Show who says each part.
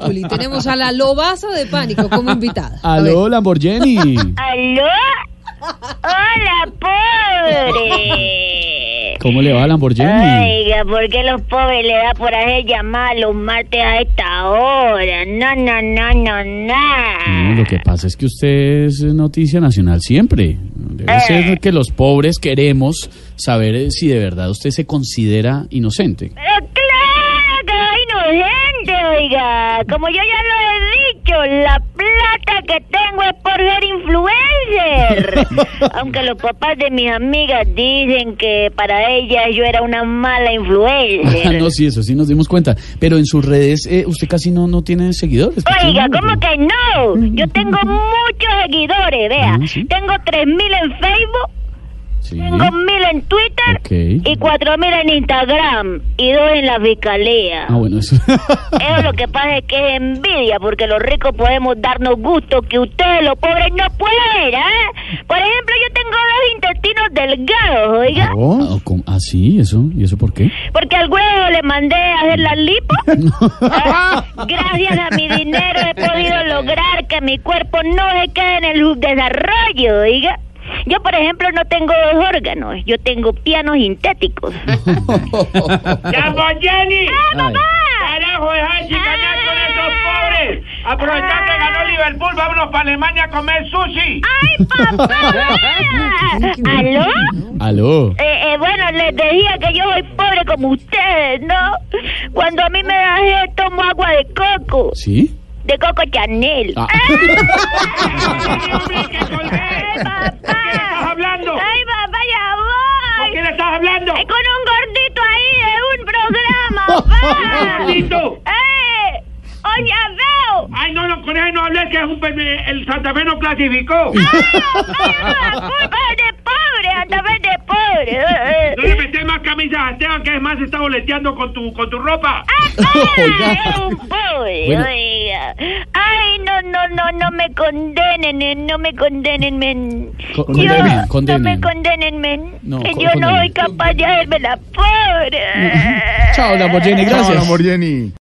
Speaker 1: Juli, tenemos a la lobaza de pánico como invitada. A ver,
Speaker 2: Aló, Lamborghini.
Speaker 3: ¿Aló? ¡Hola, pobre!
Speaker 2: ¿Cómo le va, Lamborghini?
Speaker 3: Oiga, ¿por qué los pobres le da por hacer llamar a los martes a esta hora? No, no, no, no,
Speaker 2: No,
Speaker 3: no.
Speaker 2: lo que pasa es que usted es noticia nacional siempre.
Speaker 3: Eh.
Speaker 2: Debe ser que los pobres queremos saber eh, si de verdad usted se considera inocente.
Speaker 3: Pero claro que es inocente, oiga. Como yo ya lo he dicho, la plata que tengo es por ser influencer. Aunque los papás de mis amigas dicen que para ellas yo era una mala influencer.
Speaker 2: Ah, no, sí, eso sí nos dimos cuenta. Pero en sus redes eh, usted casi no, no tiene seguidores. ¿por qué
Speaker 3: Oiga,
Speaker 2: no?
Speaker 3: ¿cómo que no? Yo tengo muchos seguidores, vea.
Speaker 2: Ah, ¿sí?
Speaker 3: Tengo 3.000 en Facebook,
Speaker 2: Sí.
Speaker 3: tengo 1.000 en Twitter
Speaker 2: Ok.
Speaker 3: y 4.000 en Instagram y dos en la fiscalía.
Speaker 2: Ah, bueno, eso.
Speaker 3: Eso lo que pasa es que es envidia, porque los ricos podemos darnos gusto que ustedes, los pobres, no pueden, ¿eh? Por ejemplo, yo tengo dos intestinos delgados, oiga.
Speaker 2: Ah, oh, ¿cómo? Ah, sí, eso. ¿Y eso por qué?
Speaker 3: Porque al huevo le mandé a hacer la lipo. Ah, Gracias a mi dinero he podido lograr que mi cuerpo no se quede en el subdesarrollo, oiga. Yo, por ejemplo, no tengo dos órganos, yo tengo pianos sintéticos. ¡Ah,
Speaker 4: Lamborghini,
Speaker 2: Ay,
Speaker 4: pues, carajo, deja de chicanear con esos pobres. Aprovechar que
Speaker 3: Ah.
Speaker 4: ganó Liverpool, vámonos para Alemania a comer sushi.
Speaker 3: ¡Ay, papá! ¿Aló?
Speaker 2: Aló.
Speaker 3: Eh, eh, bueno, les decía que yo soy pobre como ustedes, ¿no? Cuando a mí me da sed, tomo agua de coco,
Speaker 2: ¿Sí?
Speaker 3: de coco Chanel.
Speaker 2: Ah.
Speaker 4: hombre, que colgué!
Speaker 3: ¡Ay, papá!
Speaker 4: ¿Qué estás hablando?
Speaker 3: Ah. ¡Ay, papá, ya voy!
Speaker 4: ¿Con quién estás hablando?
Speaker 3: Eh, con un gordito ahí de un programa, papá.
Speaker 4: ¡Maldito!
Speaker 3: ¡Eh! ¡Oye, veo!
Speaker 4: Ay, no, no, con él no hables, que es un, pene- el Santa Fe no clasificó.
Speaker 3: Ah. ¡Ay, de pobre! ¡Anda, ves de pobre! Eh,
Speaker 4: No
Speaker 3: eh.
Speaker 4: le metes más camisas a Esteban, que es más, está boleteando con tu, con tu ropa.
Speaker 3: Ah, ¡Ay, es un pobre!
Speaker 2: Bueno.
Speaker 3: Oiga. ¡Ay, no, no, no, no me condenen! eh, ¡No me condenen, men!
Speaker 2: Co-
Speaker 3: Yo-
Speaker 2: condenen,
Speaker 3: ¡No me
Speaker 2: condenen.
Speaker 3: condenen, men!
Speaker 2: No,
Speaker 3: que
Speaker 2: co-
Speaker 3: yo no
Speaker 2: condenen.
Speaker 3: soy capaz de hacerme la pobre. Eh.
Speaker 2: Chao, Lamborghini, gracias.
Speaker 5: Chao, Lamborghini.